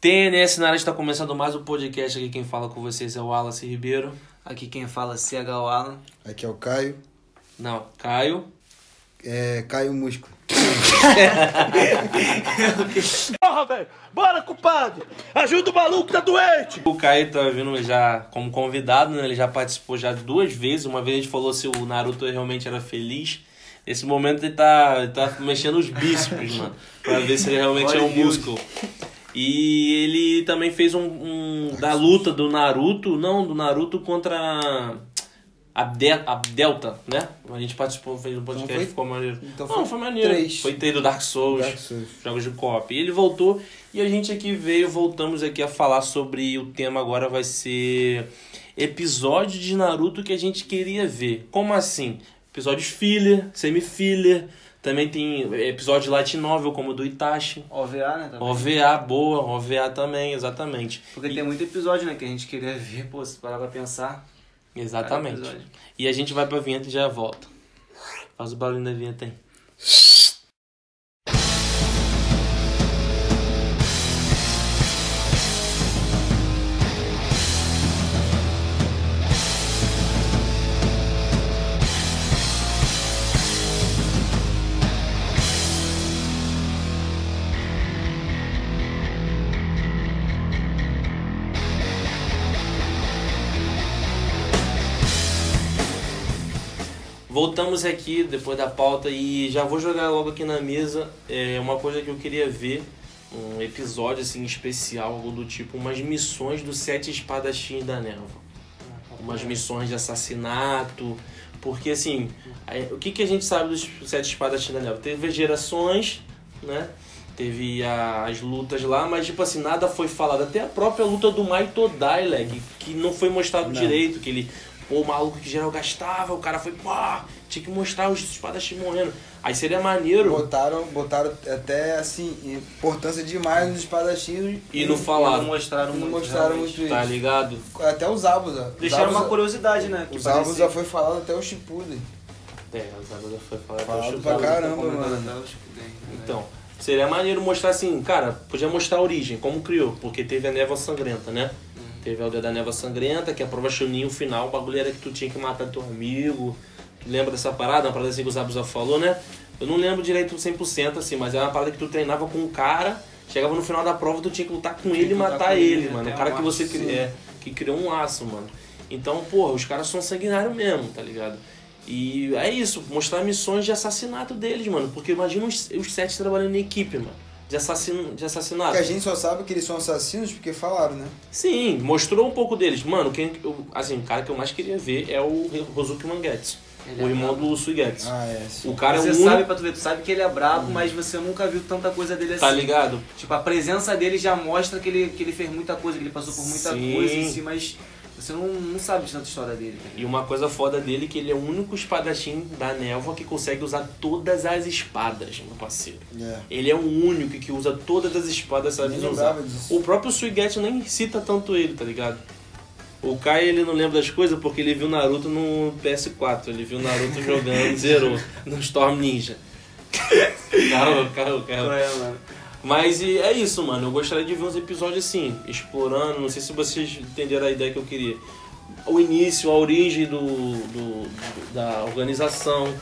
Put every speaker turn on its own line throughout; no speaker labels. TNS na área está começando mais um podcast. Aqui quem fala com vocês é o Wallace Ribeiro.
Aqui quem fala é CH Alan.
Aqui é o Caio.
Não, Caio.
É Caio Musco.
Porra, velho! Bora, culpado! Ajuda o maluco, tá doente!
O Caio tá vindo já como convidado, né? Ele já participou já duas vezes. Uma vez a gente falou se o Naruto realmente era feliz. Nesse momento ele tá, ele tá mexendo os bíceps, mano. Pra ver se ele realmente é um músculo. E ele também fez um, um- da luta do Naruto, não, do Naruto contra a, De a Delta, né? A gente participou, fez um podcast,
Então foi-
ficou maneiro.
então
não,
foi
foi maneiro.
três.
Foi inteiro Dark Souls,
Dark Souls.
jogos de co-op. E ele voltou e a gente aqui veio, voltamos aqui a falar sobre o tema agora vai ser episódio de Naruto que a gente queria ver. Como assim? Episódios filler, semi-filler, também tem episódio light novel como o do Itachi.
OVA, né? Também.
OVA boa, OVA também, exatamente.
Porque tem muito episódio, né? Que a gente queria ver, pô, se parar pra pensar.
Exatamente.
Cada episódio.
E a gente vai pra vinheta e já volta. Faz o barulho da vinheta aí. Voltamos aqui depois da pauta e já vou jogar logo aqui na mesa é, uma coisa que eu queria ver, um episódio assim especial, algo do tipo, umas missões dos sete espadachins da Neva. Umas missões de assassinato, porque assim, aí, o que, que a gente sabe dos sete espadachins da Neva? Teve as gerações, né? Teve a- as lutas lá, mas tipo assim, nada foi falado. Até a própria luta do Maito Daileg, que não foi mostrado direito, que ele Pô, o maluco que geral gastava, o cara foi, pá, tinha que mostrar os espadachins morrendo. Aí seria maneiro
Botaram, botaram até assim, importância demais nos espadachins.
e não
Não
falaram,
mostraram
Não
muito.
mostraram
realmente.
muito isso.
tá ligado?
Até os Abusa. Os
Deixaram uma
Abusa-
curiosidade, né? que
Os Abusa
parecia-
já foi falado até o Shippuden.
É, as águas foi falar até o
Falado
chute.
pra caramba,
Como
mano.
até os que tem, né?
Então, seria maneiro mostrar assim, cara, podia mostrar a origem, como criou, porque teve a névoa sangrenta, né? Teve a aldeia da névoa sangrenta, que a prova Chunin, o final, o bagulho era que tu tinha que matar teu amigo. Tu lembra dessa parada? Uma parada assim que o Zabuza falou, né? Eu não lembro direito 100% assim, mas era uma parada que tu treinava com um cara, chegava no final da prova, tu tinha que lutar com ele
que
e
lutar
matar
com
ele,
ele, né?
mano.
até
O cara
a
que
morte,
você cri-
sim.
é, que criou um laço, mano. Então, porra, os caras são sanguinários mesmo, tá ligado? E é isso, mostrar missões de assassinato deles, mano. Porque imagina os, os sete trabalhando em equipe, mano. De, assassino, de assassinato.
Porque a gente só sabe que eles são assassinos porque falaram, né?
Sim, mostrou um pouco deles. Mano, quem, eu- assim, o cara que eu mais queria ver é o Rosuke Manguetes,
Ele
o
é
irmão do Suigetsu.
Ah, é. sim.
O cara
você
é o
sabe,
único, Uhum.
pra tu ver, tu sabe que ele é brabo, mas você nunca viu tanta coisa dele assim.
tá ligado?
Tipo, a presença dele já mostra que ele, que ele fez muita coisa, que ele passou por muita
Sim.
coisa em si, mas você não, não sabe de tanta história dele. Tá? ligado?
E uma coisa foda dele é que ele é o único espadachim da névoa que consegue usar todas as espadas, meu parceiro.
É.
Ele é o único que usa todas as espadas sabe
Nem
usar.
lembrava disso.
O próprio Suigetsu nem cita tanto ele, tá ligado? O Kai ele não lembra das coisas porque ele viu Naruto no PS4, ele viu Naruto jogando, zerou, no Storm Ninja. Calma, calma, calma.
É, mano.
Mas e é isso, mano. Eu gostaria de ver uns episódios assim, explorando. Não sei se vocês entenderam a ideia que eu queria. O início, a origem do, do- do- da organização.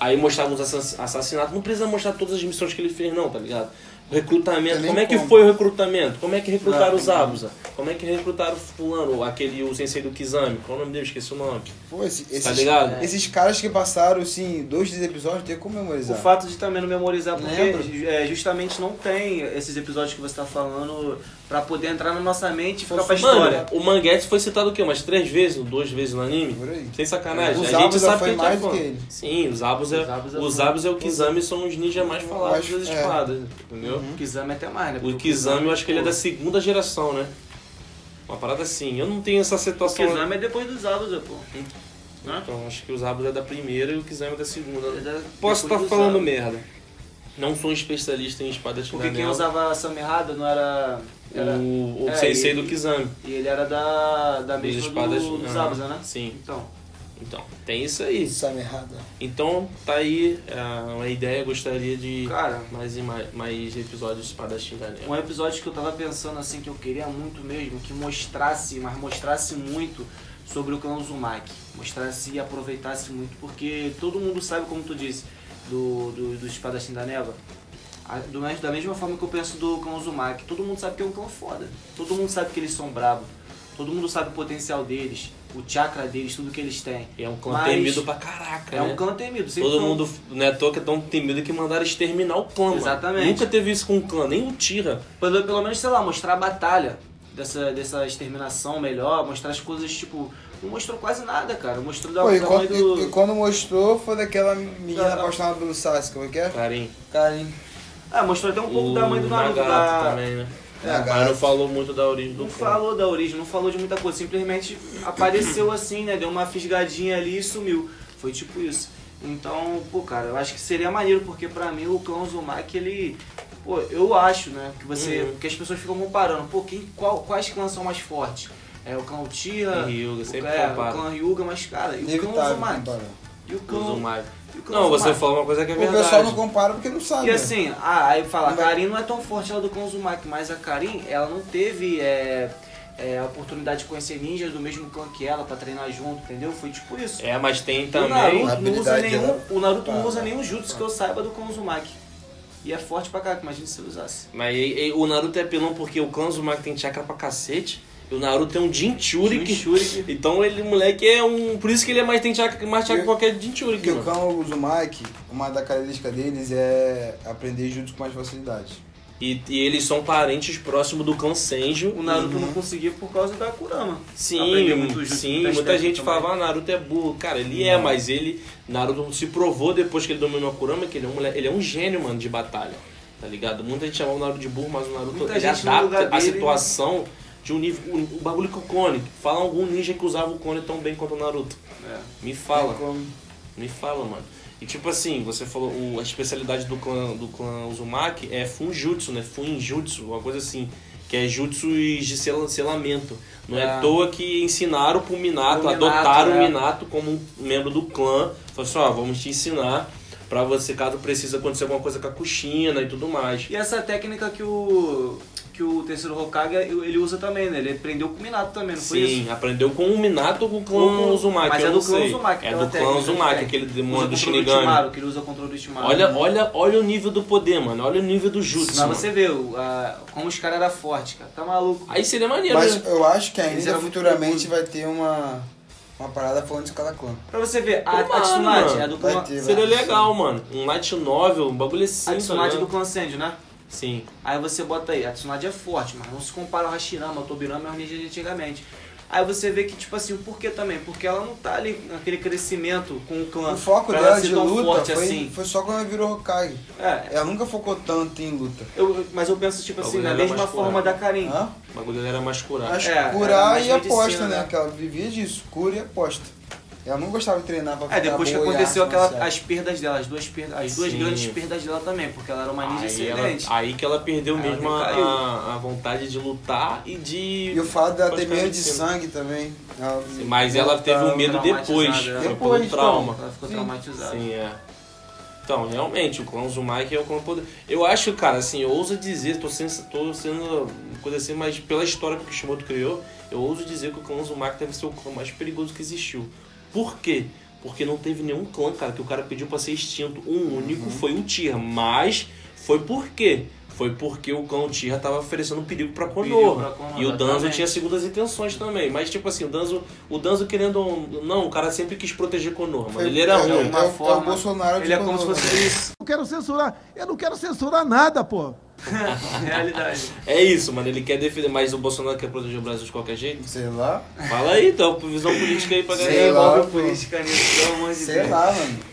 Aí mostrava os assa- assassinatos. Não precisa mostrar todas as missões que ele fez, não, tá ligado? O recrutamento.
Tem nem
Como é que
como.
foi o recrutamento? Como é que recrutaram
Ah,
os Abusa? Como é que recrutaram o fulano, aquele o sensei do Kizami? Qual é o nome dele? Esqueci o nome.
Pô, esse- esses,
Tá ligado?
esses caras que passaram, assim, dois dos episódios, tem como
O
memorizar.
fato de também não memorizar,
Lembra?
porque é, justamente não tem esses episódios que você tá falando pra poder entrar na nossa mente e ficar
Mano,
pra
Mano,
história.
o Manguete foi citado o quê? Umas três vezes, ou duas vezes no anime?
Por aí.
Sem sacanagem.
Os
a gente
Abus
sabe
foi
que a gente
mais
tá
do que
falando.
ele.
Sim, os Abus é,
Os Abus é
os
um-
Abus é o Kizami, são os ninjas mais falados
acho-
das
é.
espadas, entendeu?
O Kizami até mais, né?
O
Porque
Kizami, eu acho que ele é da
pô,
segunda geração, né? Uma parada assim. Eu não tenho essa
O
situação.
Kizami é depois dos Abusa, pô. né?
Então, acho que os Abus é da primeira e o Kizami é da segunda.
É da-
Posso estar
depois dos
falando
Abus.
merda. Não sou um especialista em espadas de
Porque quem
anel.
usava a Sama errada não era... era
O, o
é,
sensei
e-
do Kizami.
E ele era da, da
Hum. Das
mesma
espadas
do, dos
ah,
Abusa, né?
Sim.
Então,
Então, tem isso aí.
Samerrada.
Então, tá aí é, uma ideia. Gostaria de
Cara,
mais, e mais, mais episódios de né? Espadachim da Neve.
um episódio que eu tava pensando assim, que eu queria muito mesmo, que mostrasse, mas mostrasse muito sobre o clã Zumaki. Mostrasse e aproveitasse muito, porque todo mundo sabe, como tu disse, do, do, do Espadachim da Neva. A- do mes- da mesma forma que eu penso do clã Uzumaki, todo mundo sabe que é um clã foda. Todo mundo sabe que eles são bravos. Todo mundo sabe o potencial deles, o chakra deles, tudo que eles têm.
É um clã
Mas
temido pra caraca,
É
né?
um clã temido. sempre
Todo
foi um-
mundo, não é à toa que é tão temido que mandaram exterminar o clã, mano.
Exatamente.
Nunca teve isso com o clã, nem o Tira.
Pelo, pelo menos, sei lá, mostrar a batalha dessa, dessa exterminação melhor, mostrar as coisas, tipo, não mostrou quase nada, cara. Mostrou da
Pô, e,
tamanho
quando,
do.
e- e quando mostrou foi daquela menina
Ah, ah.
apaixonada pelo Sasuke, como é que é?
Karim.
Karin.
Ah, mostrou até um pouco
o
da mãe do Naruto.
Nagato
da-
também, né?
É,
Mas
Nagato.
não falou muito da origem do
Não
clã.
falou da origem, não falou de muita coisa, simplesmente apareceu assim, né? Deu uma fisgadinha ali e sumiu. Foi tipo isso. Então, pô, cara, eu acho que seria maneiro, porque pra mim o clã Uzumaki, ele. Pô, eu acho, né? Que você.
Uhum.
Porque as pessoas ficam comparando, pô, quem, qual, quais clãs são mais fortes? É o clã Uchiha,
E Hyuga,
o
sempre
clã- é, o
compara.
clã Ryuga, mas, cara, e o clã
Inevitável né,
Uzumaki?
comparar.
E o clã
Usa o Mago.
e o clã
Não, você
Uzumaki?
falou uma coisa que é
O
verdade.
pessoal não compara porque não sabe.
E
né?
assim, ah, aí fala, a
Não vai-
Karin não é tão forte ela do Konzumaki, mas a Karin, ela não teve é, é, a oportunidade de conhecer ninjas do mesmo clã que ela pra treinar junto, entendeu? Foi tipo isso.
É, mas tem
o
também.
Naruto não usa
habilidade
nenhum,
dela-
o Naruto não
Ah,
usa
tá.
nenhum jutsu que eu saiba do Konzumaki. E é forte pra caraca, imagina se ele usasse.
Mas e- e o Naruto é pelão porque o clã Uzumaki tem chakra pra cacete. E o Naruto é um Jinchuriki.
Jinchuriki.
Então ele, moleque, é um. Por isso que ele é mais tem chakra, mais chakra que qualquer Jinchuriki.
Porque o
mano.
cão Uzumaki, uma da característica deles é aprender junto com mais facilidade.
E, e eles são parentes próximos do clã Senju.
O Naruto
Uhum.
não conseguia por causa da Kurama.
Sim,
Aprendeu muito jutsu
sim,
da
muita
Steph
gente
também.
falava, ah, Naruto é burro. Cara, ele é, mas ele. Naruto se provou depois que ele dominou a Kurama que ele é um, moleque- ele é um gênio, mano, de batalha. Tá ligado? Muita gente chamava o Naruto de burro, mas o Naruto
Muita
ele
gente no
adapta
lugar
a
dele. né?
situação de um nível. O, o bagulho com o Cone. Fala algum ninja que usava o Cone tão bem quanto o Naruto.
É.
Me fala.
É como-
Me fala, mano. E tipo assim, você falou, o- a especialidade do clã, do clã Uzumaki é Funjutsu, né? Funjutsu, uma coisa assim. Que é jutsu de sela- selamento. Não é,
É.
à toa que ensinaram pro Minato,
O Minato,
adotaram
né?
o Minato como um membro do clã. Falaram assim, ó, vamos te ensinar pra você, caso precise acontecer alguma coisa com a Kushina e tudo mais.
E essa técnica que o. que o terceiro Hokage ele usa também, né? Ele aprendeu com o Minato também, não foi isso?
Sim, aprendeu com o Minato ou com o clã
Ou com-
Uzumaki,
mas
eu
é
não
do clã
sei.
Uzumaki,
é
aquela
do clã
técnica,
Uzumaki,
né?
aquele
Usa
demônio do
controle
Shinigami.
Ultimaru, que ele usa controle do Ultimaru.
Olha, olha, olha o nível do poder, mano. Olha o nível do jutsu.
Mas
mano.
você vê o- a- como os caras eram fortes, cara. Tá maluco.
Aí seria maneiro,
Mas
né?
eu acho que
Eles
ainda
eram é muito
futuramente
confusos.
vai ter uma, uma parada falando de cada clã.
Pra você ver, a,
Tomara,
a Tsunade
mano.
é do
Vai
clã...
ter,
Seria
vai.
legal, mano. Um light novel, um bagulho assim.
A Tsunade
tá
é do
ligado?
clã Sandy, né?
Sim.
Aí você bota aí, a Tsunade é forte, mas não se compara ao Hashirama, ao Tobirama e ao Ninja de antigamente. Aí você vê que, tipo assim, por que também? Porque ela não tá ali naquele crescimento com o clã.
O foco
pra
dela
ela ser
de
tão
luta
forte
foi,
assim.
foi só quando ela virou Hokage.
É,
Ela nunca focou tanto em luta.
eu- mas eu penso, tipo
Talvez
assim, da
ela é
mesma
mais
forma
curada.
da Karin.
Hã?
O bagulho dela era mais curado.
Mas
É, era
curar
mais
e
medicina,
aposta, né?
né?
Que ela vivia disso, cura e aposta. Ela não gostava de treinar pra
É,
ficar
depois que
boa em
aconteceu
arte
aquela,
marcial.
as perdas dela, as duas, perdas, as duas
Sim.
grandes perdas dela também, porque ela era uma ninja
Aí, ela-
excelente.
aí que ela perdeu
Ela
mesmo a,
decaiu.
a- a vontade de lutar e de.
E o fato dela ter medo
praticamente
de
ser-
sangue também. Ela-
Mas ela teve um medo depois.
traumatizada,
Foi pelo
né? Depois,
trauma.
Ela ficou
Sim.
traumatizada.
Sim, é. Então, realmente, o clã Uzumaki é o clã poder. Eu acho, cara, assim, eu ouso dizer, tô sendo, tô sendo uma coisa assim, mas pela história que o Kishimoto criou, eu ouso dizer que o clã Uzumaki deve ser o clã mais perigoso que existiu. Por quê? Porque não teve nenhum clã, cara, que o cara pediu pra ser extinto.
Uhum.
Um único foi o Tira, mas foi por quê? Foi porque o clã Tira tava oferecendo perigo pra
Perigo pra
Konoha.
Konoha,
E o Danzo
exatamente.
tinha segundas intenções também. Mas, tipo assim, o Danzo, o Danzo querendo. ou Não, o cara sempre quis proteger Konoha, mano. Ele era um.
É,
ruim.
é o- é o Bolsonaro de
Ele é como se
Konoha.
fosse isso.
Eu quero censurar. Eu não quero censurar nada, pô.
Realidade.
É isso, mano. Ele quer defender, mas o Bolsonaro quer proteger o Brasil de qualquer jeito.
Sei lá.
Fala aí, então, visão política aí pra
Sei
galera.
lá,
Envolve
pô.
política nisso, pelo amor de
Sei
Deus.
lá, mano.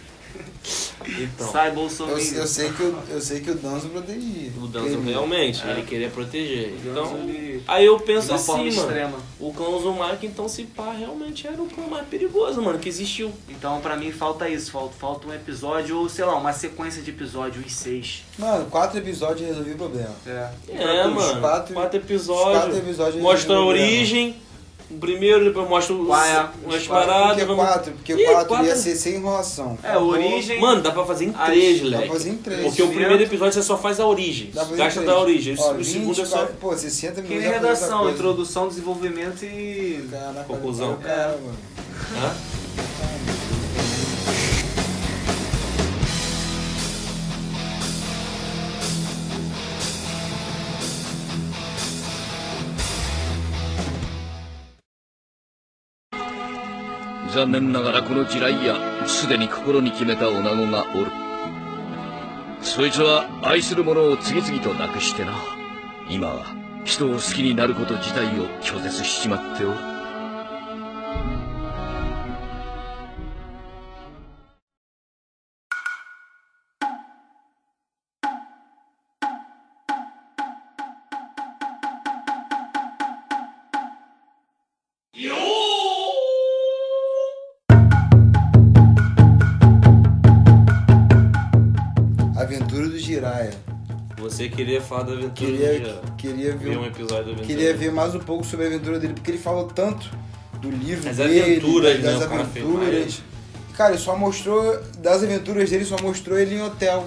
Então,
Sai
Eu,
Bolsonaro.
eu sei que o- eu sei que o Danzo protegia.
o Danzo
Ele-
realmente, ele queria proteger.
O Danzo,
Então,
ele-
aí eu
De
penso
uma
assim,
forma
mano.
extrema.
O clã Uzumaki, então, se pá, realmente era o clã mais perigoso, mano, que existiu.
Então pra mim falta isso, falta, falta um episódio ou sei lá, uma sequência de episódios, os seis.
Mano, quatro episódios e resolvi o problema.
É.
É,
Os
mano. Quatro
quatro- os quatro
episódios.
episódios
Mostra a
resolvi o problema.
origem. O primeiro, depois mostra os,
Qual é?
umas
Quatro,
paradas.
Porque
vamos-
quatro, porque
Ih,
quatro,
quatro
ia ser sem enrolação.
É, origem.
Mano, dá pra fazer em
Aí,
três,
Dá pra
leque.
fazer em três.
Porque o
Sim.
primeiro episódio você só faz a origem.
Dá pra fazer em
Gasta
três.
da origem.
Ó,
o segundo é
20,
só.
quatro- Pô, 60
Que
minutos.
nem
dá pra fazer outra
redação,
coisa.
introdução, desenvolvimento e.
Caraca,
Conclusão.
olha o cara, mano.
Hã?
残念ながらこの地雷やすでに心に決めた女子がおるそいつは愛する者を次々と亡くしてな今は人を好きになること自体を拒絶しちまっておる
Aventura do Jiraya.
Você queria falar da aventura do
Queria,
dia.
queria ver
Ver
o
um episódio da aventura.
Queria ver mais um pouco sobre a aventura dele, porque ele falou tanto do livro
As
dele,
aventuras,
das
né, o cara fez
aventuras. Cara, ele só mostrou, das aventuras dele, só mostrou ele em hotel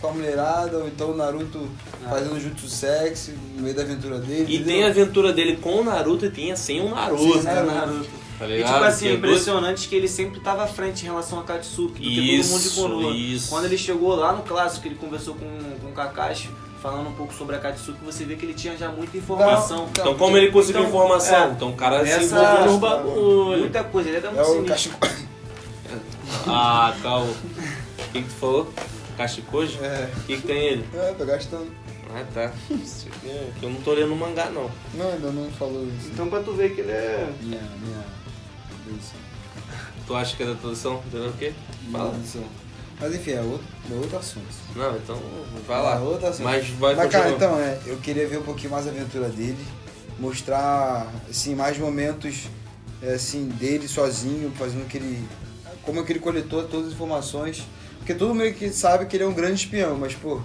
com a mulherada, ou então o Naruto fazendo jutsu sexy no meio da aventura dele.
Ah. E
entendeu?
tem a aventura dele com o Naruto e tem a sem o Naruto.
Sem o
É,
Naruto.
Naruto.
Tá
E
ligado?
tipo assim,
Que é dois-
impressionante que ele sempre tava à frente em relação a Katsuki, do que
Isso,
todo mundo ignorou.
isso.
Quando ele chegou lá no clássico, ele conversou com, com o Kakashi, falando um pouco sobre a Katsuki, você vê que ele tinha já muita informação.
Então, como ele conseguiu
Então,
informação?
é.
então o cara se
Essa-
envolveu no bagulho.
muita coisa, ele era
É
muito
o
sinistro.
cachecol.
Ah, calma. O que, que tu falou? Cachicojo?
É,
O que, que tem ele?
é, tô gastando.
Ah, tá. Isso aqui é- que Eu não tô lendo mangá, não.
Não, ainda não falou isso.
Então pra tu ver que ele é.
Minha, minha. Isso.
Tu acha que é da tradução? Entendeu o quê? Fala.
Isso. Mas enfim, é outro, é outro assunto.
Não, então vai lá.
É outro assunto.
Mas vai
Mas,
continuar.
cara, então, é, eu queria ver um pouquinho mais a aventura dele, mostrar, assim, mais momentos, é, assim, dele sozinho, fazendo aquele... Como é que ele coletou todas as informações. Porque todo mundo que sabe que ele é um grande espião, mas, pô,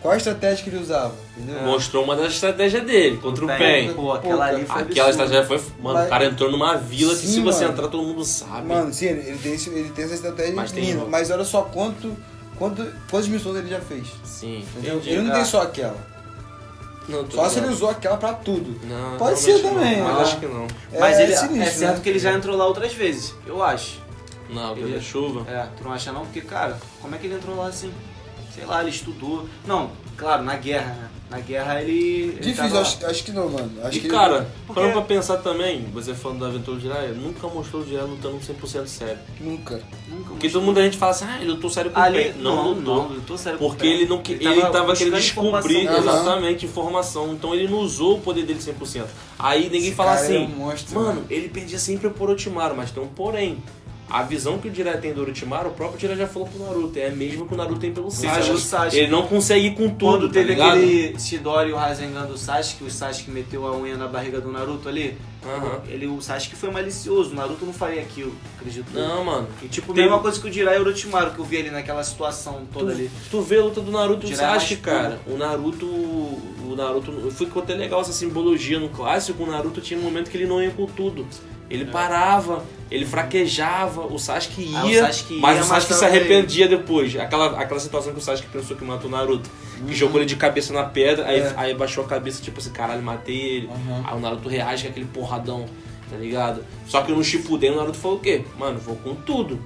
qual a estratégia que ele usava, entendeu?
Mostrou uma das estratégias dele contra o Pen.
Pô, aquela ali foi
Aquela
absurda.
estratégia foi. Mano,
Mas-
o cara entrou numa vila que
Sim,
se você
mano.
entrar todo mundo sabe.
Mano, sim, ele, ele tem, esse- ele tem essa estratégia
Mas tem
um-
linda,
uma-
mas olha só quanto, quanto, quantas missões ele já fez.
Sim,
entendeu?
entendi.
ele não
Ah,
tem só aquela.
não, tô
Só se ele
ligado.
usou aquela pra tudo.
Não,
Pode
realmente
ser também,
Não, mas
né?
acho que não.
Mas ele, é
sinistro,
certo
né?
que ele já entrou lá outras vezes, eu acho.
Não,
Ele-
pela chuva.
É, tu não acha não? Porque, cara, como é que ele entrou lá assim? Sei lá, ele estudou. Não, claro, na guerra, né? Na guerra ele. ele tava
Difícil,
lá.
acho, acho que não, mano. Acho
tá e
que ele-
cara,
Porque-
parando pra pensar também, você falando da aventura do Jiraiya, nunca mostrou o Jiraiya lutando 100% sério.
Nunca.
Nunca
Porque
mostrou.
todo mundo a gente fala assim, ah, ele lutou sério com o
Ali,
Pen. Não,
não,
lutou.
não, eu tô sério.
Porque
com o pé.
ele não que- ele tava querendo
buscando
descobrir
informação.
Aham.
exatamente informação, então ele não usou o poder dele 100%. Aí ninguém
Esse
fala
cara
assim,
é um monstro,
mano,
né?"
ele perdia sempre por Orochimaru, mas tem um porém. A visão que o Jiraiya tem do Orochimaru, o próprio Jiraiya já falou pro Naruto, é a mesma que o Naruto tem pelo Sasuke.
o Sasuke.
Ele não consegue ir com tudo,
Quando
tá
teve
ligado?
aquele Shidori e o Rasengan do Sasuke, o Sasuke meteu a unha na barriga do Naruto ali.
Aham.
Ele, o Sasuke foi malicioso, o Naruto não faria aquilo, acredito. eu.
Não, mano.
E tipo,
Tem- um-
mesma coisa que o Jiraiya e o Orochimaru que eu vi ali naquela situação
Tu,
toda ali.
tu vê a luta do Naruto e do
Jiraiya
Sasuke,
mais puro.
cara. O Naruto. O Naruto. Ficou até legal essa simbologia no clássico. O Naruto tinha um momento que ele não ia com tudo. Ele parava, ele fraquejava, o Sasuke ia,
É. Ah, o Sasuke ia,
mas o
mas
Sasuke se
também-
arrependia depois. Aquela, aquela situação que o Sasuke pensou que matou o Naruto, que jogou ele de cabeça na pedra, aí,
Uhum. É.
aí baixou a cabeça, tipo assim, caralho, matei ele.
Uhum.
Aí o Naruto reage com aquele porradão, tá ligado? Só que no Shippuden o Naruto falou o quê? Mano, vou com tudo.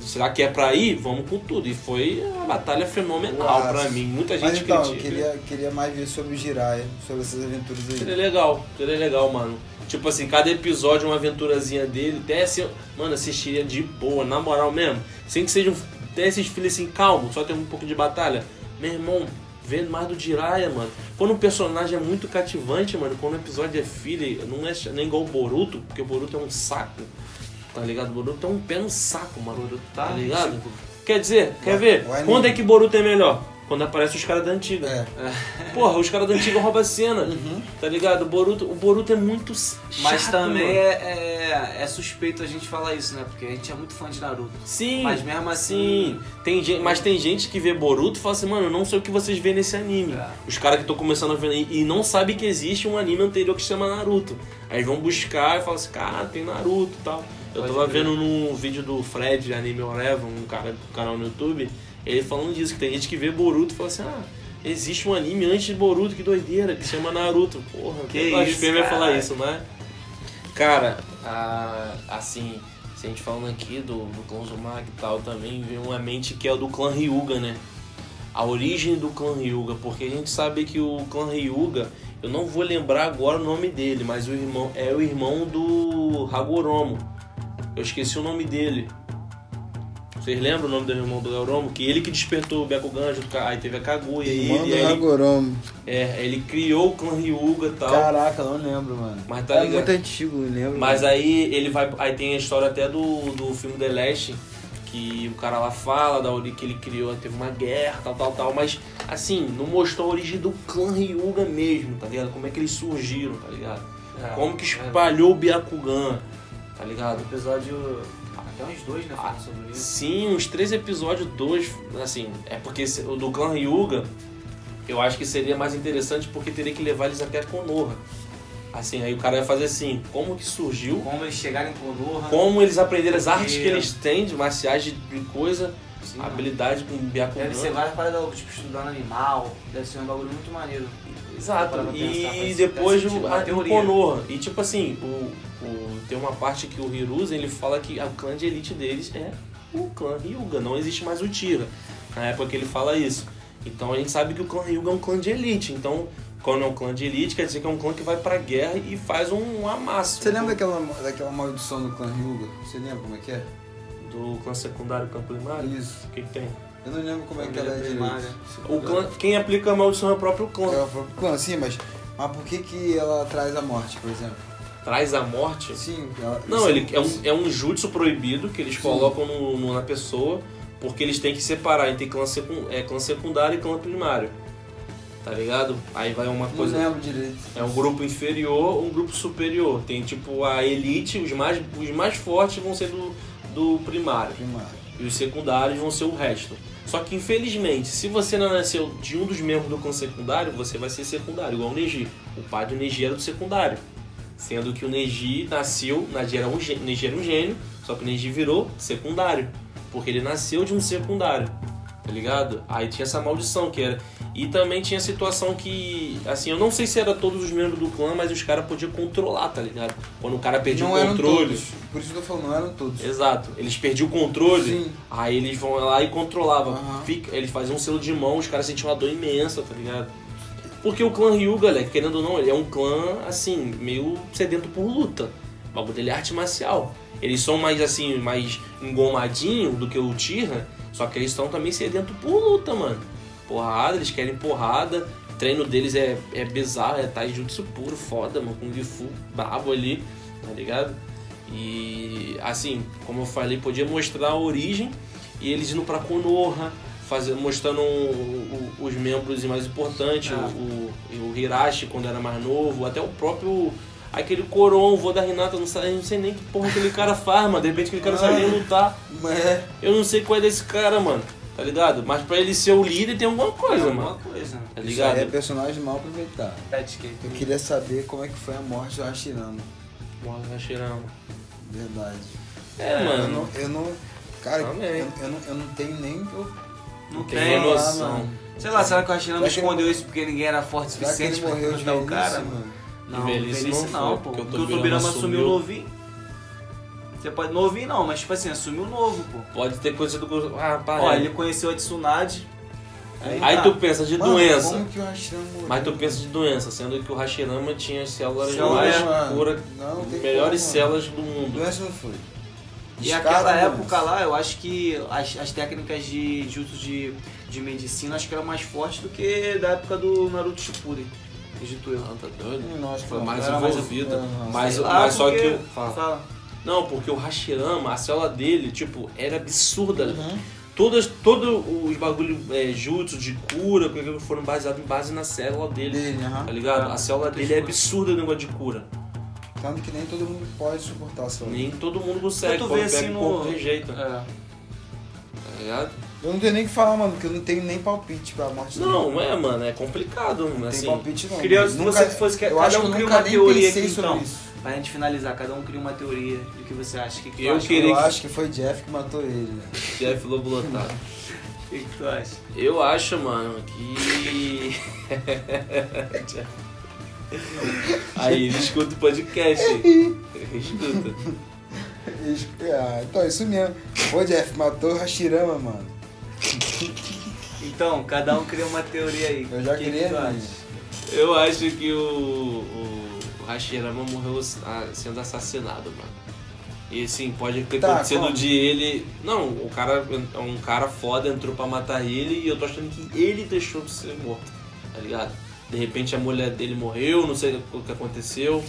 Será que é pra ir? Vamos com tudo. E foi uma batalha fenomenal
Nossa.
pra mim. Muita gente
Mas então, eu
critica.
queria, queria mais ver sobre o Jiraiya, sobre essas aventuras
Seria
aí.
legal, seria legal, mano. Tipo assim, cada episódio é uma aventurazinha dele. Até assim, mano, assistiria de boa, na moral mesmo. Sem que seja um. Até esses filhos assim, calmo, só tem um pouco de batalha. Meu irmão, vendo mais do Jiraiya, mano. Quando um personagem é muito cativante, mano, quando o episódio é filho, não é ch- nem igual o Boruto, porque o Boruto é um saco. Tá ligado? O Boruto é um pé no saco, mano.
Boruto
Tá
tá
ligado?
tipo-
Quer dizer, quer ver?
o anime.
Quando é que é Boruto é melhor? Quando aparece os caras da antiga.
É.
Porra, os caras da antiga roubam a cena. Tá ligado? O Boruto, o Boruto é muito s- chato,
Mas também
mano.
é, é, é suspeito a gente falar isso, né? Porque a gente é muito fã de Naruto.
Sim.
Mas mesmo assim.
Sim, tem gente, mas tem gente que vê Boruto e fala assim, mano, eu não sei o que vocês vêem nesse anime.
É.
Os caras que estão começando a ver e e não sabe que existe um anime anterior que se chama Naruto. Aí vão buscar e falam assim, cara, tem Naruto e tal. Eu
Pode
tava
crer.
vendo num vídeo do Fred, de Anime Oreva, um cara do canal no YouTube, ele falando disso, que tem gente que vê Boruto e fala assim, ah, existe um anime antes de Boruto, que doideira, que se chama Naruto. Porra,
Que
eu
isso,
blasfêmia
cara.
falar isso, mas... Cara, a- assim, se a gente falando aqui do, do clã Zumag e tal, também vem uma mente que é o do clã Ryuga, né? A origem do clã Ryuga, porque a gente sabe que o clã Ryuga, eu não vou lembrar agora o nome dele, mas o irmão é o irmão do Hagoromo. Eu esqueci o nome dele. Vocês lembram o nome do irmão do Hagoromo? Que ele que despertou o Byakugan, junto com a- aí teve a Kaguya, e
Irmão
ele,
do
aí ele,
Hagoromo.
é, ele criou o clã Ryuga e tal.
Caraca, eu não lembro, mano.
Então, Mas tá
é
ligado.
muito antigo, eu lembro.
Mas aí ele vai. Aí tem a história até do, do filme The Last, que o cara lá fala, da origem que ele criou, teve uma guerra, tal, tal, tal. Mas assim, não mostrou a origem do clã Ryuga mesmo, tá ligado? Como é que eles surgiram, tá ligado?
É,
Como que
é.
espalhou o Byakugan, tá ligado?
Episódio. Até uns dois, né? Falando sobre isso.
Sim, uns três episódios, dois, assim, é porque esse- o do clã Ryuga, eu acho que seria mais interessante porque teria que levar eles até Konoha. Assim, aí o cara ia fazer assim, como que surgiu
Como eles chegaram em Konoha.
como eles aprenderam as
Porque-
artes que eles têm, de marciais, de de coisa,
Sim, mano.
habilidade com Byakugan.
Deve ser várias paradas loucas, tipo estudando animal. Deve ser um bagulho muito maneiro.
Exato.
Pra pensar,
E
faz-
depois
faz sentido,
o,
uma
a, o
teoria.
Konoha. E tipo assim, o, o- tem uma parte que o Hiruzen, ele fala que a clã de elite deles é o clã Ryuga, não existe mais o Tira. Na época que ele fala isso. Então a gente sabe que o clã Ryuga é um clã de elite. Então, quando é um clã de elite, quer dizer que é um clã que vai pra guerra e faz um, um amasso.
Você lembra daquela, daquela maldição do clã Ryuga? Você lembra como é que é?
Do clã secundário, clã primário?
Isso.
O que que tem?
Eu não lembro como é que ela é
Primária.
direito.
O clã, quem aplica a maldição é o próprio clã.
Ela falou pro clã, sim, mas, mas por que que ela traz a morte, por exemplo?
Traz a morte?
Sim, ela...
Não, ele é um, é um jutsu proibido que eles colocam no- no- na pessoa, porque eles têm que separar entre clã, secun- é, clã secundário e clã primário. Tá ligado? Aí vai uma
Não
coisa.
lembro direito.
É um grupo inferior, um grupo superior. Tem tipo a elite, os mais, os mais fortes vão ser do, do primário.
Primário.
E os secundários vão ser o resto. Só que infelizmente, se você não nasceu de um dos membros do clã secundário, você vai ser secundário, igual o Neji. O pai do Neji era do secundário. Sendo que o Neji nasceu, Neji era um gê- Neji era um gênio, só que o Neji virou secundário. Porque ele nasceu de um secundário, tá ligado? Aí tinha essa maldição que era. E também tinha a situação que, assim, eu não sei se era todos os membros do clã, mas os caras podiam controlar, tá ligado? Quando o cara perdia
não
o
eram
controle.
todos. Por isso que eu tô falando, não eram todos.
Exato. Eles perdiam o controle,
Sim.
aí eles vão lá e controlavam.
Aham.
Fica- eles faziam um selo de mão, os caras sentiam uma dor imensa, tá ligado? Porque o clã Ryu, galera, querendo ou não, ele é um clã, assim, meio sedento por luta. O bagulho dele é arte marcial. Eles são mais, assim, mais engomadinho do que o Tira, só que eles estão também sedento por luta, mano. Porrada, eles querem porrada. O treino deles é, é bizarro, é taijutsu puro, foda, mano. Kung Fu brabo ali, tá ligado? E, assim, como eu falei, podia mostrar a origem e eles indo pra Konoha, fazer, mostrando o- o- os membros mais importantes,
Ah.
o, o, o Hirashi quando era mais novo, até o próprio. Aquele Coron, o vô da Renata, não sei, não sei nem que porra aquele cara faz, mano. De repente aquele cara não sabe
Ah.
nem lutar.
Mas é...
Eu não sei qual é desse cara, mano. Tá ligado? Mas pra ele ser o líder tem alguma coisa, mano.
É Alguma coisa.
Tá
Isso aí é
ligado?
personagem mal aproveitado.
Tactic.
Eu queria saber como é que foi a morte do Hashirama.
Morre, vai cheirar.
Verdade.
É,
Eu
mano.
não... Eu não cara, eu,
Também.
eu não, eu não tenho nem... Eu,
Não
Tem
tem.
uma noção.
mano.
Sei lá, será que o Hashirama
Será que ele-
escondeu isso porque ninguém era forte o
será que
suficiente
ele
pra
morreu de
enfrentar o cara?
velhice, mano?
Não,
velhice
velhice,
não
não,
foi,
pô.
porque o
Porque o
Tobirama
Tobirama assumiu
assumiu-
novinho. Você pode. Novinho não, mas tipo assim, assumiu novo, pô.
Pode ter coisa do. Ah, pá,
Ó,
é.
ele conheceu a Tsunade.
Aí
tá.
tu pensa de
Mano,
doença.
como que o Hashirama morreu?
Mas tu pensa de doença, sendo que o Hashirama tinha as células
Célula,
mais
mano.
puras,
Não, tem
melhores
como, mano.
células do mundo.
Doença não foi.
E
Descarga
aquela
a doença.
época lá, eu acho que as, as técnicas de jutsu de, de medicina acho que eram mais fortes do que da época do Naruto Shippuden, acredito eu.
Não, tá doido?
Não, acho que
Foi
não.
mais
Era mais
envolvida.
evoluído.
Mas,
Sei lá,
mas só
porque-
que. Fala.
Fala.
Uhum.
Não, porque o Hashirama, a célula dele, tipo, era absurda. Todas, todo os bagulho é, jutsu de cura, por exemplo, foram baseados em base na célula dele.
Dele, aham.
Tá ligado? A célula dele é absurda no negócio de cura.
Tanto que nem todo mundo pode suportar essa
Nem todo mundo consegue.
tu
Quando
vê
pega
assim
o
no.
corpo, rejeita.
É.
Tá ligado?
Eu não tenho nem o que falar, mano, porque eu não tenho nem palpite pra morte dele.
Não, é, mano, é complicado, mano.
Não tem
Assim,
palpite não.
queria-
Eu
se
nunca-
você fosse-
eu
cada
acho
um
que eu
cria
nunca
uma
nem
teoria
pensei
aqui,
sobre
então.
isso.
Pra gente finalizar, cada um cria uma teoria do que você acha. O que, que tu
Eu
acha?
queria-
Eu
Ele-
acho que foi Jeff que matou ele. né?
Jeff Lobo lotado.
O que, que tu acha?
Eu acho, mano, que. Aí, ele escuta o podcast. Ele escuta.
Ah, então é isso mesmo. Foi Jeff que matou o Hashirama, mano.
Então, cada um cria uma teoria aí.
Eu já
O que
queria,
Que tu
mano.
acha?
Eu acho que o, o, o Hashirama morreu ah, sendo assassinado, mano. E assim, pode ter
Tá,
acontecido
como?
de ele. Não, o cara é um cara foda, entrou pra matar ele e eu tô achando que ele deixou de ser morto, tá ligado? De repente a mulher dele morreu, não sei o que aconteceu.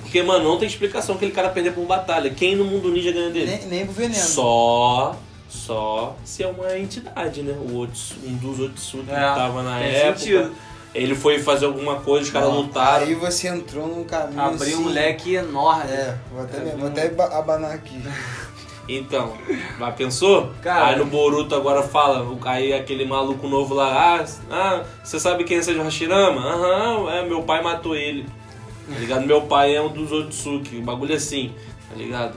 Porque, mano, não tem explicação aquele cara perdeu por batalha. Quem no mundo ninja ganha dele?
Nem, nem pro veneno.
Só, só se é uma entidade, né? O Otsu, um dos Otsu que
É,
tava na
tem
época.
sentido.
Ele foi fazer alguma coisa, os caras
Não,
lutaram.
Aí você entrou num caminho.
Abriu um
assim-
leque enorme.
É, vou até,
Abriu
vou
um-
até ba- abanar aqui.
Então, mas pensou?
Cara.
aí no Boruto agora fala, o- aí aquele maluco novo lá, ah, ah, você sabe quem é seja o Hashirama? Aham, é, meu pai matou ele. Tá ligado? Meu pai é um dos Otsuki, o bagulho é assim, tá ligado?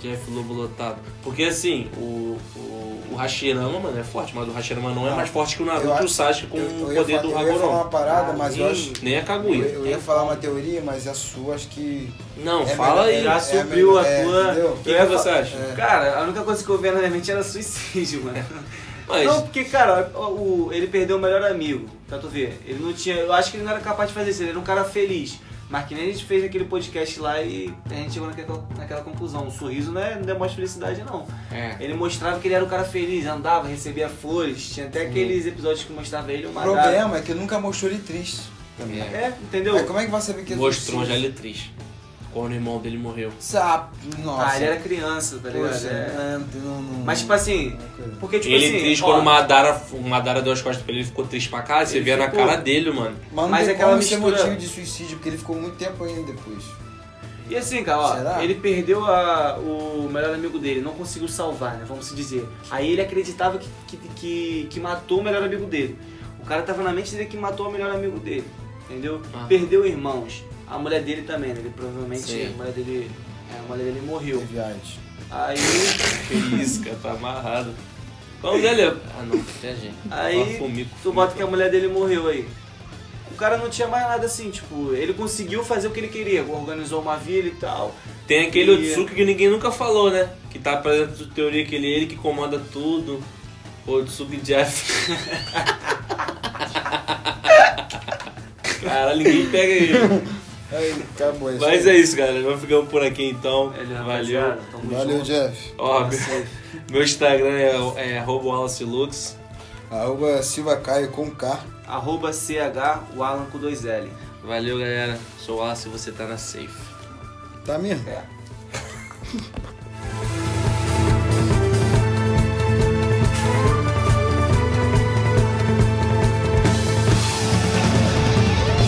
Jeff Lobo lotado. Porque assim, o, o, o Hashirama, mano, é forte, mas o Hashirama não é
Não,
mais forte que o
Ah, eu
Naruto e
acho-
o Sasuke com
eu,
o
eu
poder
ia, fa-
do
eu ia falar uma
Hagoron.
parada, mas eu acho.
Nem a
Eu,
Kaguya.
eu ia falar uma teoria, mas a sua acho que.
Não,
é
fala aí.
melhor-
Já
é
subiu
melhor-
a
é,
tua.
entendeu?
O que, que você acha?
é.
Cara, a única coisa que eu via na minha mente era suicídio, mano.
Mas-
Não, porque, cara, o, o- ele perdeu o melhor amigo, pra tu ver. Ele não tinha. Eu acho que ele não era capaz de fazer isso, ele era um cara feliz. Mas que nem a gente fez aquele podcast lá e a gente chegou naquela, naquela conclusão. O sorriso não, é, não demonstra felicidade, não.
É.
Ele mostrava que ele era um cara feliz, andava, recebia flores. Tinha até aqueles episódios que mostrava ele
O
uma
problema é que nunca mostrou ele triste
É.
também.
É, entendeu?
Mas como é que vai saber que ele
Mostrou já
triste?
ele é triste. Quando o irmão dele morreu.
Sabe, nossa.
Ah, ele era criança, tá ligado?
Poxa,
É.
não, não, não-
Mas tipo assim, porque tipo
ele
assim.
triste
ó,
quando o Madara, o Madara deu as costas pra ele, ele ficou triste pra caralho. Você
Ele
via na
ficou.
cara dele, mano.
Mas não
Mas
tem
aquela
como ser
mistura-
motivo de suicídio, porque ele ficou muito tempo ainda depois.
E assim, cara, ó,
Será?
ele perdeu a- o melhor amigo dele, não conseguiu salvar, né? Vamos se dizer. Aí ele acreditava que, que, que, que matou o melhor amigo dele. O cara tava na mente dele que matou o melhor amigo dele, entendeu?
Ah.
Perdeu irmãos. A mulher dele também, né? Ele provavelmente,
Sim.
a mulher dele. é, A mulher dele morreu.
Teve AIDS.
Aí.
Que isso, cara, tá amarrado. Vamos dele. Ah não, viajei.
Aí. Tu bota que a mulher dele morreu aí. O cara não tinha mais nada assim, tipo, ele conseguiu fazer o que ele queria, organizou uma vila e tal.
Tem aquele
E-
Otsuki que ninguém nunca falou, né? Que tá pra dentro da teoria que ele é ele que comanda tudo. O Otsuki Jeff. Caralho, ninguém pega ele.
Aí, acabou isso.
Mas é isso, galera. Vamos ficando por aqui então.
Ele, é
Valeu.
rapaziada, Tá tamo
Valeu,
junto.
Jeff.
Ó, meu, meu Instagram é, é arroba Wallace Lux.
Arroba Silva Caio com K.
Arroba CH, o Alan com dois L.
Valeu, galera. Sou o Wallace e você tá na safe.
Tá mesmo?
É.